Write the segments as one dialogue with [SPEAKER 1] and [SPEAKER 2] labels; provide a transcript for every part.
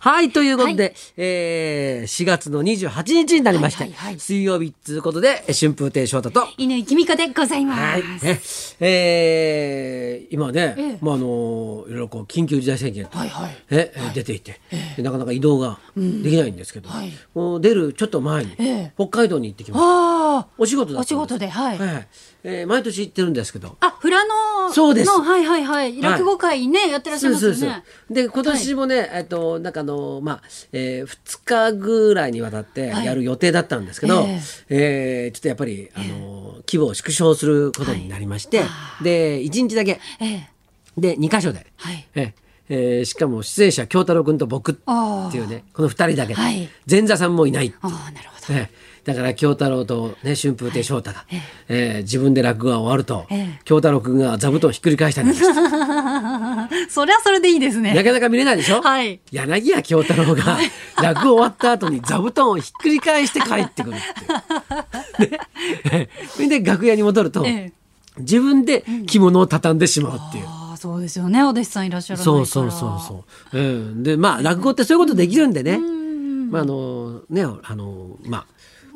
[SPEAKER 1] はい、ということで、えー、4月の28日になりまして、
[SPEAKER 2] はいはいはい
[SPEAKER 1] 水曜日ということで、え春風亭昇太と、
[SPEAKER 2] 犬きみこでございま
[SPEAKER 1] はい
[SPEAKER 2] す。
[SPEAKER 1] ねえー今ね、
[SPEAKER 2] ええ
[SPEAKER 1] まああのいろいろこう緊急事態宣言と、
[SPEAKER 2] はいはい
[SPEAKER 1] ねえー出ていて、でなかなか移動ができないんですけど、
[SPEAKER 2] はい
[SPEAKER 1] もう出るちょっと前に、
[SPEAKER 2] ええ
[SPEAKER 1] 北海道に行ってきました。
[SPEAKER 2] ああ、
[SPEAKER 1] お仕事だったん
[SPEAKER 2] お仕事ではい
[SPEAKER 1] えー毎年行ってるんですけど。
[SPEAKER 2] あ、フラノ
[SPEAKER 1] そうです
[SPEAKER 2] のはいはいはい、落語会ね、やってらっしゃいますよね。
[SPEAKER 1] そうそうそうで今年もね、えっとなんかあのまあ、え2日ぐらいにわたって
[SPEAKER 2] はい
[SPEAKER 1] やる予定だったんですけど、
[SPEAKER 2] ええ
[SPEAKER 1] えーちょっとやっぱりあの、規模を縮小することになりまして、で1日だけ
[SPEAKER 2] ええ、
[SPEAKER 1] で2箇所で、
[SPEAKER 2] はい。
[SPEAKER 1] ええーしかも出演者京太郎君と僕っていうねこの2人だけで、
[SPEAKER 2] はい
[SPEAKER 1] 前座さんもいない、
[SPEAKER 2] ああ、なるほど。
[SPEAKER 1] ええだから京太郎と、ね、春風亭昇太が、ええ自分で落語が終わると、
[SPEAKER 2] ええ
[SPEAKER 1] 京太郎君が座布団をひっくり返したりなんかして
[SPEAKER 2] それはそれでいいですね。
[SPEAKER 1] なかなか見れないでしょ、
[SPEAKER 2] はい
[SPEAKER 1] 柳家京太郎が落語終わった後に座布団をひっくり返して帰ってくるっていう。ね それで楽屋に戻ると、
[SPEAKER 2] ええ
[SPEAKER 1] 自分で着物を畳んでしまうっていう。
[SPEAKER 2] ああ、そうですよね。お弟子さんいらっしゃる
[SPEAKER 1] そうそうそうそう。うん、でまあ落語ってそういうことできるんでね。まああのねあのま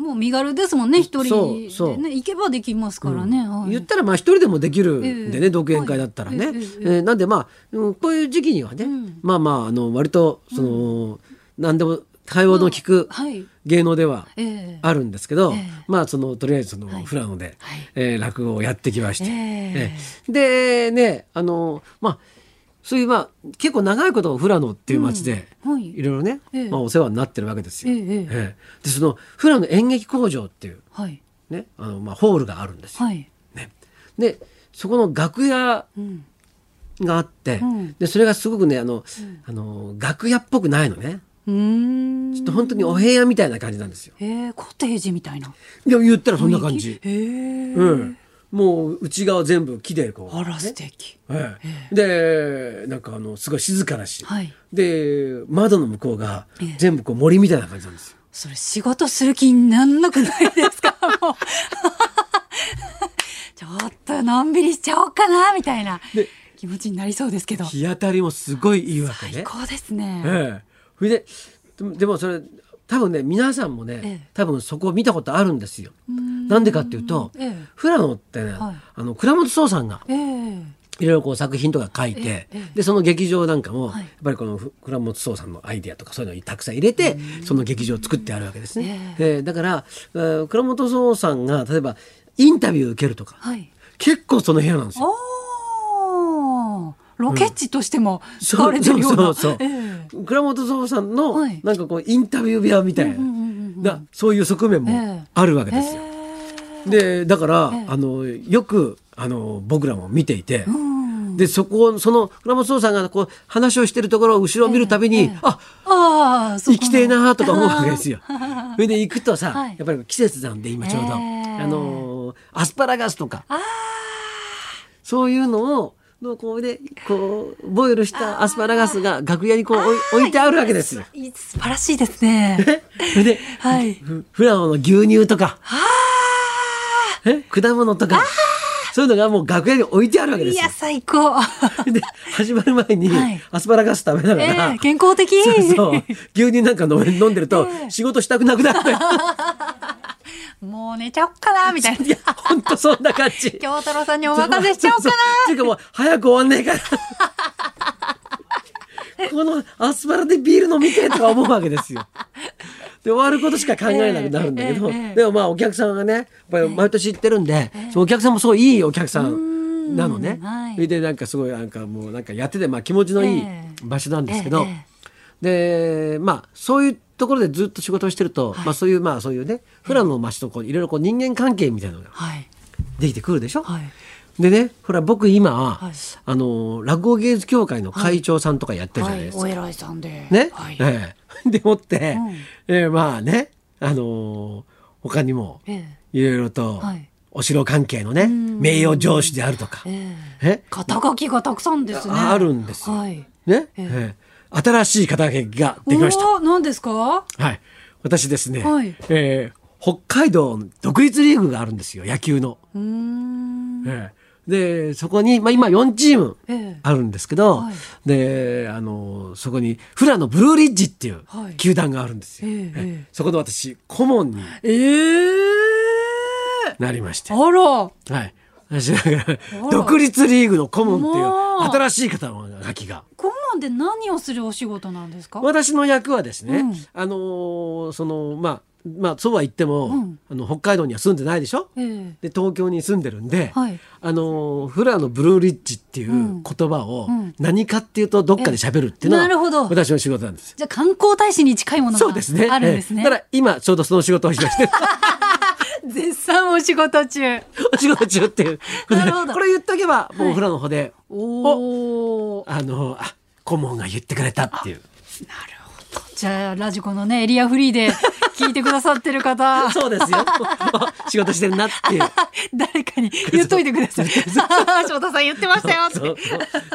[SPEAKER 2] う。もう身軽ですもんね、一人でね、
[SPEAKER 1] そうそう
[SPEAKER 2] 行けばできますからね。
[SPEAKER 1] あ
[SPEAKER 2] はい
[SPEAKER 1] 言ったらまあ一人でもできるんで
[SPEAKER 2] え
[SPEAKER 1] ね
[SPEAKER 2] え
[SPEAKER 1] 独演会だったらね。
[SPEAKER 2] は
[SPEAKER 1] え
[SPEAKER 2] いえええ
[SPEAKER 1] ーなんでまあうんこういう時期にはねまあまああの割とその何でも会話の聞く
[SPEAKER 2] はい。
[SPEAKER 1] 芸能では
[SPEAKER 2] ええ
[SPEAKER 1] あるんですけど、
[SPEAKER 2] ええ
[SPEAKER 1] まあそのとりあえずそのフラノで、
[SPEAKER 2] はい
[SPEAKER 1] えー落語をやってきまして、
[SPEAKER 2] え
[SPEAKER 1] ええでねあのまあそういうまあ結構長いことフラノっていう町で、
[SPEAKER 2] うんはい
[SPEAKER 1] い、ろいろね、
[SPEAKER 2] ええ
[SPEAKER 1] まあ、お世話になってるわけですよ。
[SPEAKER 2] ええええ
[SPEAKER 1] でそのフラノ演劇工場っていう、
[SPEAKER 2] はい。
[SPEAKER 1] ねあのまあ、ホールがあるんですよ。
[SPEAKER 2] はい。
[SPEAKER 1] ね、でそこの楽屋
[SPEAKER 2] うん。
[SPEAKER 1] があって、
[SPEAKER 2] うん
[SPEAKER 1] でそれがすごくねあの、あの楽屋っぽくないのね
[SPEAKER 2] うーん。
[SPEAKER 1] ちょっと本当にお部屋みたいな感じなんですよ。
[SPEAKER 2] ええ、コテージみたいな。
[SPEAKER 1] でも言ったらそんな感じ。
[SPEAKER 2] ええ。
[SPEAKER 1] うん、もう内側全部木でこう
[SPEAKER 2] あら、素敵。
[SPEAKER 1] ええでなんかあのすごい静かだし、
[SPEAKER 2] はい
[SPEAKER 1] で窓の向こうが
[SPEAKER 2] ええ
[SPEAKER 1] 全部こう森みたいな感じなんですよ。
[SPEAKER 2] それ仕事する気になんなくないですか もうちょっとのんびりしちゃおうかなみたいな
[SPEAKER 1] で
[SPEAKER 2] 気持ちになりそうですけど
[SPEAKER 1] 日当たりもすごいいいわけ
[SPEAKER 2] 最
[SPEAKER 1] ね。
[SPEAKER 2] 高ですね。
[SPEAKER 1] ええそれででもでもそれ多分ね皆さんもね、
[SPEAKER 2] ええ
[SPEAKER 1] 多分そこを見たことあるんですよ。なんでかっていうと、
[SPEAKER 2] ええ
[SPEAKER 1] フラノってね、
[SPEAKER 2] はい
[SPEAKER 1] あの倉本壮さんが
[SPEAKER 2] ええ
[SPEAKER 1] いろいろこう作品とか書いて、
[SPEAKER 2] ええ
[SPEAKER 1] でその劇場なんかも、
[SPEAKER 2] はい
[SPEAKER 1] やっぱりこのふ倉本壮さんのアイデアとかそういうのをたくさん入れて、その劇場を作ってあるわけですね。えーだから、えー倉本壮さんが例えばインタビュー受けるとか、
[SPEAKER 2] はい。
[SPEAKER 1] 結構その部屋なんですよ。
[SPEAKER 2] おーロケ地としても使
[SPEAKER 1] そ
[SPEAKER 2] わ
[SPEAKER 1] う
[SPEAKER 2] れてるような。
[SPEAKER 1] そうそうそう、
[SPEAKER 2] え
[SPEAKER 1] 倉本壮さんの、
[SPEAKER 2] はい
[SPEAKER 1] なんかこうインタビュー部屋みたいな,、なそういう側面もあるわけ
[SPEAKER 2] え
[SPEAKER 1] ですよ。
[SPEAKER 2] え
[SPEAKER 1] でだから、
[SPEAKER 2] ええ
[SPEAKER 1] あのよくあの僕らも見ていて、
[SPEAKER 2] えうん
[SPEAKER 1] でそこをその倉本壮さんがこう話をしてるところを後ろを見るたびに、
[SPEAKER 2] ええええ
[SPEAKER 1] あ
[SPEAKER 2] ああ、そこ
[SPEAKER 1] 生
[SPEAKER 2] の
[SPEAKER 1] きてえなとか思うわけ ですよ。それで行くとさ、
[SPEAKER 2] はい
[SPEAKER 1] やっぱり季節なんで今ちょうど、
[SPEAKER 2] ええ
[SPEAKER 1] あのーアスパラガスとかそういうのをのこうでこうボイルしたアスパラガスが楽屋にこう置い置いてあるわけですよ。
[SPEAKER 2] いい素晴らしいですね。
[SPEAKER 1] えそれで、
[SPEAKER 2] はい。
[SPEAKER 1] ふフラノの牛乳とか
[SPEAKER 2] あ
[SPEAKER 1] え果物とかそういうのがもう楽屋に置いてあるわ
[SPEAKER 2] あ、
[SPEAKER 1] けで
[SPEAKER 2] い
[SPEAKER 1] すよ
[SPEAKER 2] や、。最 高。
[SPEAKER 1] で始まる前に
[SPEAKER 2] はい
[SPEAKER 1] アスパラガス食べなが
[SPEAKER 2] え
[SPEAKER 1] ら、
[SPEAKER 2] え健康的。
[SPEAKER 1] そうそう牛乳なんか飲め飲んでると
[SPEAKER 2] ええ
[SPEAKER 1] 仕事したくなくなる
[SPEAKER 2] もう寝ちゃおっかなみたいな。
[SPEAKER 1] いやほんとそんな感じ
[SPEAKER 2] 京太郎さんにお任せしちゃおうか
[SPEAKER 1] そうそうそう
[SPEAKER 2] な。
[SPEAKER 1] っていうかもう早く終わんね えからこのアスパラでビール飲みてえとか思うわけですよで終わることしか考えなくなるんだけど、
[SPEAKER 2] ええええ
[SPEAKER 1] でもまあお客さんがねやっぱり毎年行ってるんで、そのお客さんもすごいいいお客さんなのね
[SPEAKER 2] うーんはい
[SPEAKER 1] それでなんかすごいなんかもうなんかやっててまあ気持ちのいい
[SPEAKER 2] ええ
[SPEAKER 1] 場所なんですけど、
[SPEAKER 2] ええ
[SPEAKER 1] でまあそういうところでずっと仕事をしてると、まあそういうまあそういうねフラの街とこういろいろこう人間関係みたいなのが
[SPEAKER 2] はい。
[SPEAKER 1] できてくるでしょ、
[SPEAKER 2] はい。
[SPEAKER 1] でねほら僕今、
[SPEAKER 2] はい
[SPEAKER 1] あの落語芸術協会の会長さんとかやってるじゃ
[SPEAKER 2] は
[SPEAKER 1] ない
[SPEAKER 2] い
[SPEAKER 1] で。すか。
[SPEAKER 2] お偉いさんで。
[SPEAKER 1] ね、
[SPEAKER 2] はい。
[SPEAKER 1] ええ でもって、
[SPEAKER 2] うん
[SPEAKER 1] ええまあねあのー他にも
[SPEAKER 2] え
[SPEAKER 1] いろいろと、
[SPEAKER 2] はい
[SPEAKER 1] お城関係のね
[SPEAKER 2] ん
[SPEAKER 1] 名誉城主であるとか、
[SPEAKER 2] ええ
[SPEAKER 1] え
[SPEAKER 2] え肩書きがたくさんですね。
[SPEAKER 1] ああるんですよ
[SPEAKER 2] はい。
[SPEAKER 1] ね、ええ
[SPEAKER 2] え
[SPEAKER 1] 新しい肩書きができました。
[SPEAKER 2] おお、何ですか。
[SPEAKER 1] はい、私ですね、
[SPEAKER 2] はい
[SPEAKER 1] ええ北海道の独立リーグがあるんですよ野球の。
[SPEAKER 2] うーん。
[SPEAKER 1] ええでそこに、まあ、今4チーム
[SPEAKER 2] ええ
[SPEAKER 1] あるんですけど、
[SPEAKER 2] はい
[SPEAKER 1] であのそこに富良野ブルーリッジっていう
[SPEAKER 2] はい
[SPEAKER 1] 球団があるんですよ。
[SPEAKER 2] ええええ
[SPEAKER 1] そこで私顧問に
[SPEAKER 2] ええ
[SPEAKER 1] なりまして、
[SPEAKER 2] あら。
[SPEAKER 1] はい、私だから
[SPEAKER 2] ら
[SPEAKER 1] 独立リーグの顧問ってい
[SPEAKER 2] もう
[SPEAKER 1] う新しい方の書きが。
[SPEAKER 2] 顧問で何をするお仕事なんですか。
[SPEAKER 1] 私の役はですね、
[SPEAKER 2] うん
[SPEAKER 1] あのーそのまあまあそうは言っても、
[SPEAKER 2] うん
[SPEAKER 1] あの北海道には住んでないでしょ。
[SPEAKER 2] ええ
[SPEAKER 1] で東京に住んでるんで、
[SPEAKER 2] はい
[SPEAKER 1] あのーフラのブルーリッジっていう
[SPEAKER 2] うん
[SPEAKER 1] 言葉を
[SPEAKER 2] うん
[SPEAKER 1] 何かっていうとどっかで喋るっていうの
[SPEAKER 2] えなるほ
[SPEAKER 1] は
[SPEAKER 2] ど
[SPEAKER 1] 私の仕事なんです。
[SPEAKER 2] じゃあ観光大使に近いものが
[SPEAKER 1] そうですね。
[SPEAKER 2] あるんですね。
[SPEAKER 1] ええただ今ちょうどその仕事をしてま して、
[SPEAKER 2] 絶賛お仕事中。
[SPEAKER 1] お仕事中っていうことで。
[SPEAKER 2] なるほど
[SPEAKER 1] これ言っとけばもうフラの方で、
[SPEAKER 2] おお。
[SPEAKER 1] あのーあ顧問が言ってくれたっていう。
[SPEAKER 2] じゃあラジコのねエリアフリーで聞いてくださってる方
[SPEAKER 1] そうですよ。 仕事してるなっていう。
[SPEAKER 2] 誰かに言っといてください。 翔太さん言ってましたよって。
[SPEAKER 1] そう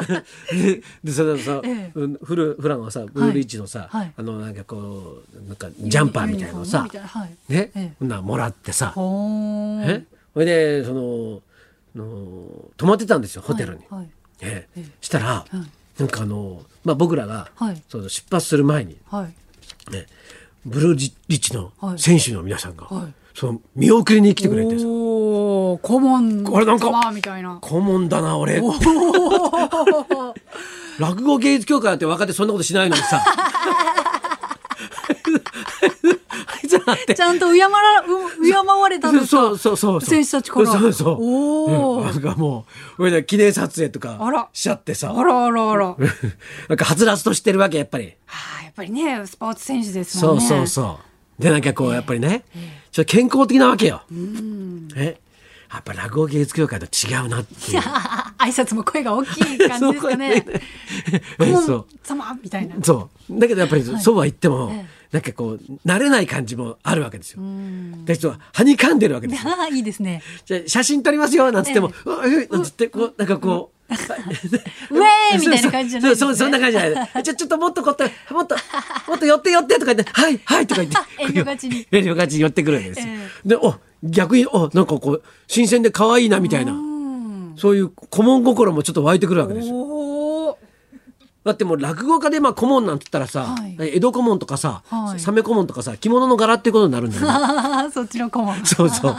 [SPEAKER 1] そうででそれでさ、
[SPEAKER 2] ええ
[SPEAKER 1] うんフルフランはさブルーリッジのさ、
[SPEAKER 2] はい
[SPEAKER 1] あのなんかこうなんかジャンパーみたいなのをさ
[SPEAKER 2] ユニフォームみたいなはい
[SPEAKER 1] ね、
[SPEAKER 2] ええ
[SPEAKER 1] こんなんもらってさ、
[SPEAKER 2] ほー
[SPEAKER 1] えそれでそのあの泊まってたんですよホテルに。
[SPEAKER 2] はいはい
[SPEAKER 1] ええ
[SPEAKER 2] ええ
[SPEAKER 1] したら、
[SPEAKER 2] うん
[SPEAKER 1] なんかあの、まあ、僕らが、
[SPEAKER 2] はい
[SPEAKER 1] その出発する前に、
[SPEAKER 2] はい。
[SPEAKER 1] ね、ブルージリッジの
[SPEAKER 2] はい
[SPEAKER 1] 選手の皆さんが、
[SPEAKER 2] はい
[SPEAKER 1] その見送りに来てくれてさ
[SPEAKER 2] おお、顧問
[SPEAKER 1] これなんか
[SPEAKER 2] 様みたいな。
[SPEAKER 1] 顧問だな俺
[SPEAKER 2] おー
[SPEAKER 1] 落語芸術協会なんて若手そんなことしないのに さ。あいつらだって
[SPEAKER 2] ちゃんと敬ら、う敬われたんですか。
[SPEAKER 1] そうそうそうそう
[SPEAKER 2] 選手たちから
[SPEAKER 1] そうそう
[SPEAKER 2] おー
[SPEAKER 1] うんなんかもう俺ら記念撮影と
[SPEAKER 2] あら
[SPEAKER 1] かしちゃってさ
[SPEAKER 2] あらあらあら。
[SPEAKER 1] なんかはつらつとしてるわけやっぱり、
[SPEAKER 2] あーやっぱりね、スポーツ選手です
[SPEAKER 1] そ
[SPEAKER 2] もん
[SPEAKER 1] う
[SPEAKER 2] ね。
[SPEAKER 1] そうそうでなんかこうやっぱりね、ちょっと健康的なわけよ、えやっぱ落語芸術協会と違うなっていう
[SPEAKER 2] 挨拶も声が大きい感じですかね。
[SPEAKER 1] そう
[SPEAKER 2] そ
[SPEAKER 1] そうう。
[SPEAKER 2] 様みたいな。
[SPEAKER 1] そうだけどやっぱりそ,、
[SPEAKER 2] はいう
[SPEAKER 1] は言っても、
[SPEAKER 2] ええ
[SPEAKER 1] なんかこう慣れない感じもあるわけですよ。で人ははにかんでるわけですよ。
[SPEAKER 2] ああ、いいです ね。
[SPEAKER 1] じゃあ写真撮りますよなんつっても「
[SPEAKER 2] え
[SPEAKER 1] うわえなんつってこうなんかこう。ウ
[SPEAKER 2] ウェーイみたいな感じじゃない
[SPEAKER 1] そ
[SPEAKER 2] ですね
[SPEAKER 1] うそうそんな感じじゃ ないじゃあちょっともっとこうやってもっともっと寄って寄ってとか言って「はいはい」とか言って
[SPEAKER 2] 遠慮がちに
[SPEAKER 1] 遠慮がちに寄ってくるわけですよ、
[SPEAKER 2] え
[SPEAKER 1] でお逆におなんかこう新鮮で可愛いなみたいな
[SPEAKER 2] うん。
[SPEAKER 1] そういう顧問心もちょっと湧いてくるわけですよ
[SPEAKER 2] おお。
[SPEAKER 1] だってもう落語家でまあ顧問なんて言ったらさ、
[SPEAKER 2] はい
[SPEAKER 1] 江戸顧問とかさ、
[SPEAKER 2] はい
[SPEAKER 1] サメ顧問とかさ着物の柄っていうことになるんだよ ね
[SPEAKER 2] そっちの顧問。
[SPEAKER 1] そう そう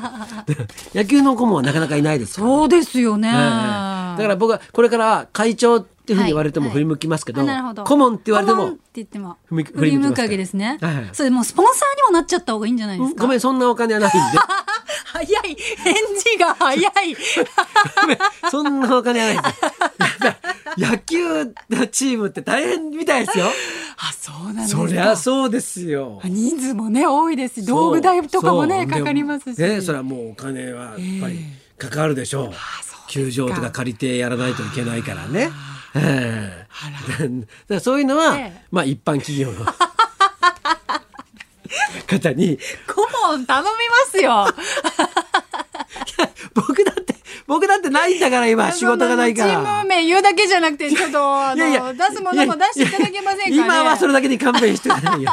[SPEAKER 1] で野球の顧問はなかなかいないですから
[SPEAKER 2] そうですよね。
[SPEAKER 1] ええだから僕はこれからは会長っていうふうに言われても
[SPEAKER 2] はい
[SPEAKER 1] 振り向きますけど,、
[SPEAKER 2] あなるほど
[SPEAKER 1] 顧問って言われて
[SPEAKER 2] 顧
[SPEAKER 1] も
[SPEAKER 2] 問って言っても
[SPEAKER 1] 振り向き
[SPEAKER 2] 振り向くわけですね、
[SPEAKER 1] はいはい
[SPEAKER 2] それもうスポンサーにもなっちゃった方がいいんじゃないですか
[SPEAKER 1] ごめんそんなお金はないんで
[SPEAKER 2] 早い返事が早い
[SPEAKER 1] ごめんそんなお金はないんで 野球のチームって大変みたいです よ
[SPEAKER 2] あそうなんですか
[SPEAKER 1] そりゃそうですよ
[SPEAKER 2] 人数もね多いですし道具代とかも
[SPEAKER 1] そ
[SPEAKER 2] ね
[SPEAKER 1] う
[SPEAKER 2] かかりますし、
[SPEAKER 1] でねそれはもうお金はやっぱりかかるでしょう、球場とか借りてやらないといけないからね、ええでだ からそういうのは、
[SPEAKER 2] ええ
[SPEAKER 1] まあ一般企業の方に
[SPEAKER 2] 顧問頼みますよ
[SPEAKER 1] 僕だって僕だってないんだから今仕事がないか
[SPEAKER 2] そんなチー
[SPEAKER 1] ら
[SPEAKER 2] ム。名言うだけじゃなくてちょ っとあの出すものも出していただけませんかね
[SPEAKER 1] いや今はそれだけで勘弁してくださいよ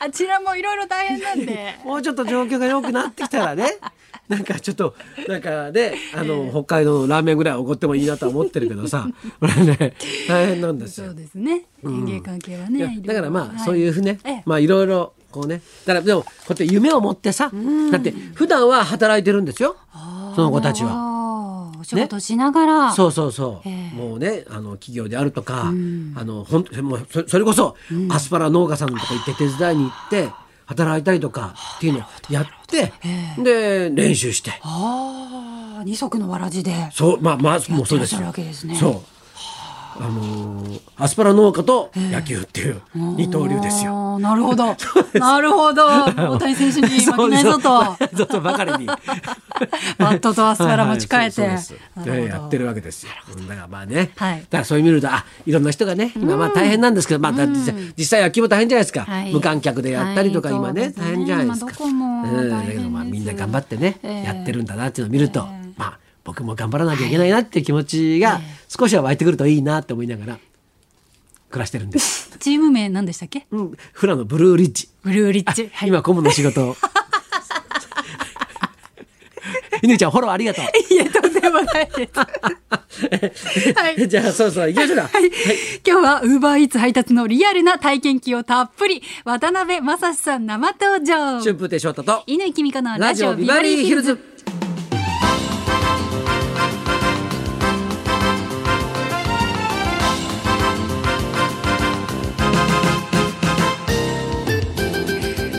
[SPEAKER 2] あちらもいろいろ大変な んで
[SPEAKER 1] もうちょっと状況が良くなってきたらねなんかちょっとなんかねあの、北海道のラーメンぐらいおごってもいいなとは思ってるけどさこれね大変なんです
[SPEAKER 2] そ
[SPEAKER 1] よ
[SPEAKER 2] う。ですね園芸関係はい
[SPEAKER 1] や
[SPEAKER 2] ね、
[SPEAKER 1] だからまあそう
[SPEAKER 2] う
[SPEAKER 1] いうふうね、
[SPEAKER 2] ええ
[SPEAKER 1] まあいろいろこうねだからでもこうやって夢を持ってさだって普段は働いてるんですよその子たちは。
[SPEAKER 2] はお仕事しながら、
[SPEAKER 1] そうそうそう、
[SPEAKER 2] ええ
[SPEAKER 1] もうねあの企業であるとか、あのほんもうそそれこそ、アスパラ農家さんとか行って手伝いに行って働いたりとかっていうのをやって、で練習して
[SPEAKER 2] ああ、二足のわらじで。
[SPEAKER 1] そうまあまあもうそうです
[SPEAKER 2] やってらっしゃる
[SPEAKER 1] よ
[SPEAKER 2] わけですね
[SPEAKER 1] そうあのーアスパラ農家と野球っていう二刀流ですよ。
[SPEAKER 2] よ。なる ほど。なるほど。大谷選手に負けないぞと。
[SPEAKER 1] そう
[SPEAKER 2] バ
[SPEAKER 1] そうちょっとばかりに。
[SPEAKER 2] ットとアスパラ持ち替えて。
[SPEAKER 1] はいはいそうですそうです
[SPEAKER 2] なるほど
[SPEAKER 1] ええやってるわけですよ。だからまあね、
[SPEAKER 2] はい
[SPEAKER 1] だからそういう見るとあいろんな人がね今まあ大変なんですけど、まあだって実際実際野球も大変じゃないですか、
[SPEAKER 2] はい
[SPEAKER 1] 無観客でやったりとか、
[SPEAKER 2] はい
[SPEAKER 1] 今ね
[SPEAKER 2] そうですね
[SPEAKER 1] 大変じゃないですか。
[SPEAKER 2] 今どこも
[SPEAKER 1] うんだ
[SPEAKER 2] 大変
[SPEAKER 1] けどまあ
[SPEAKER 2] です
[SPEAKER 1] みんな頑張ってね、
[SPEAKER 2] ええ
[SPEAKER 1] やってるんだなっていうのを見ると、まあ僕も頑張らなきゃいけないなっていう気持ちが少しは湧いてくるといいなって思いながら暮らしてるん です。
[SPEAKER 2] チーム名何でしたっけ
[SPEAKER 1] うん、フラのブルーリッジ。
[SPEAKER 2] ブルーリ ッジ。
[SPEAKER 1] 今顧問の 仕事を。犬ちゃんフォローありがとう。
[SPEAKER 2] いや、とんでももないです。 はい
[SPEAKER 1] じゃあそうそう行きましょうか
[SPEAKER 2] はい、今日はウーバーイーツ配達のリアルな体験記をたっぷり渡辺正史さん生登場
[SPEAKER 1] 春風亭昇太と
[SPEAKER 2] 犬木美香の
[SPEAKER 1] ラ
[SPEAKER 2] ラ
[SPEAKER 1] ジ
[SPEAKER 2] ジ
[SPEAKER 1] オ
[SPEAKER 2] オ
[SPEAKER 1] ビ
[SPEAKER 2] ビ
[SPEAKER 1] バ
[SPEAKER 2] バ
[SPEAKER 1] リ
[SPEAKER 2] リ
[SPEAKER 1] ー
[SPEAKER 2] ー
[SPEAKER 1] ヒ
[SPEAKER 2] ヒ
[SPEAKER 1] ル
[SPEAKER 2] ル
[SPEAKER 1] ズ
[SPEAKER 2] ズ。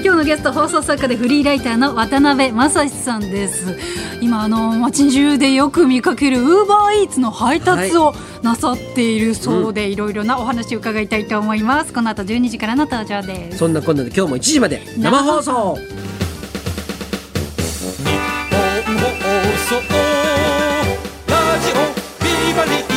[SPEAKER 2] 今日のゲスト放送作家でフリーライターの渡辺正史さんです今あの街中でよく見かけるウーバーイーツの配達をなさっているそうで、いろいろなお話を伺いたいと思いますこの後12時からの登場です
[SPEAKER 1] そんなこんなで今日も1時まで生放送
[SPEAKER 3] 日本放送ラジオビバリー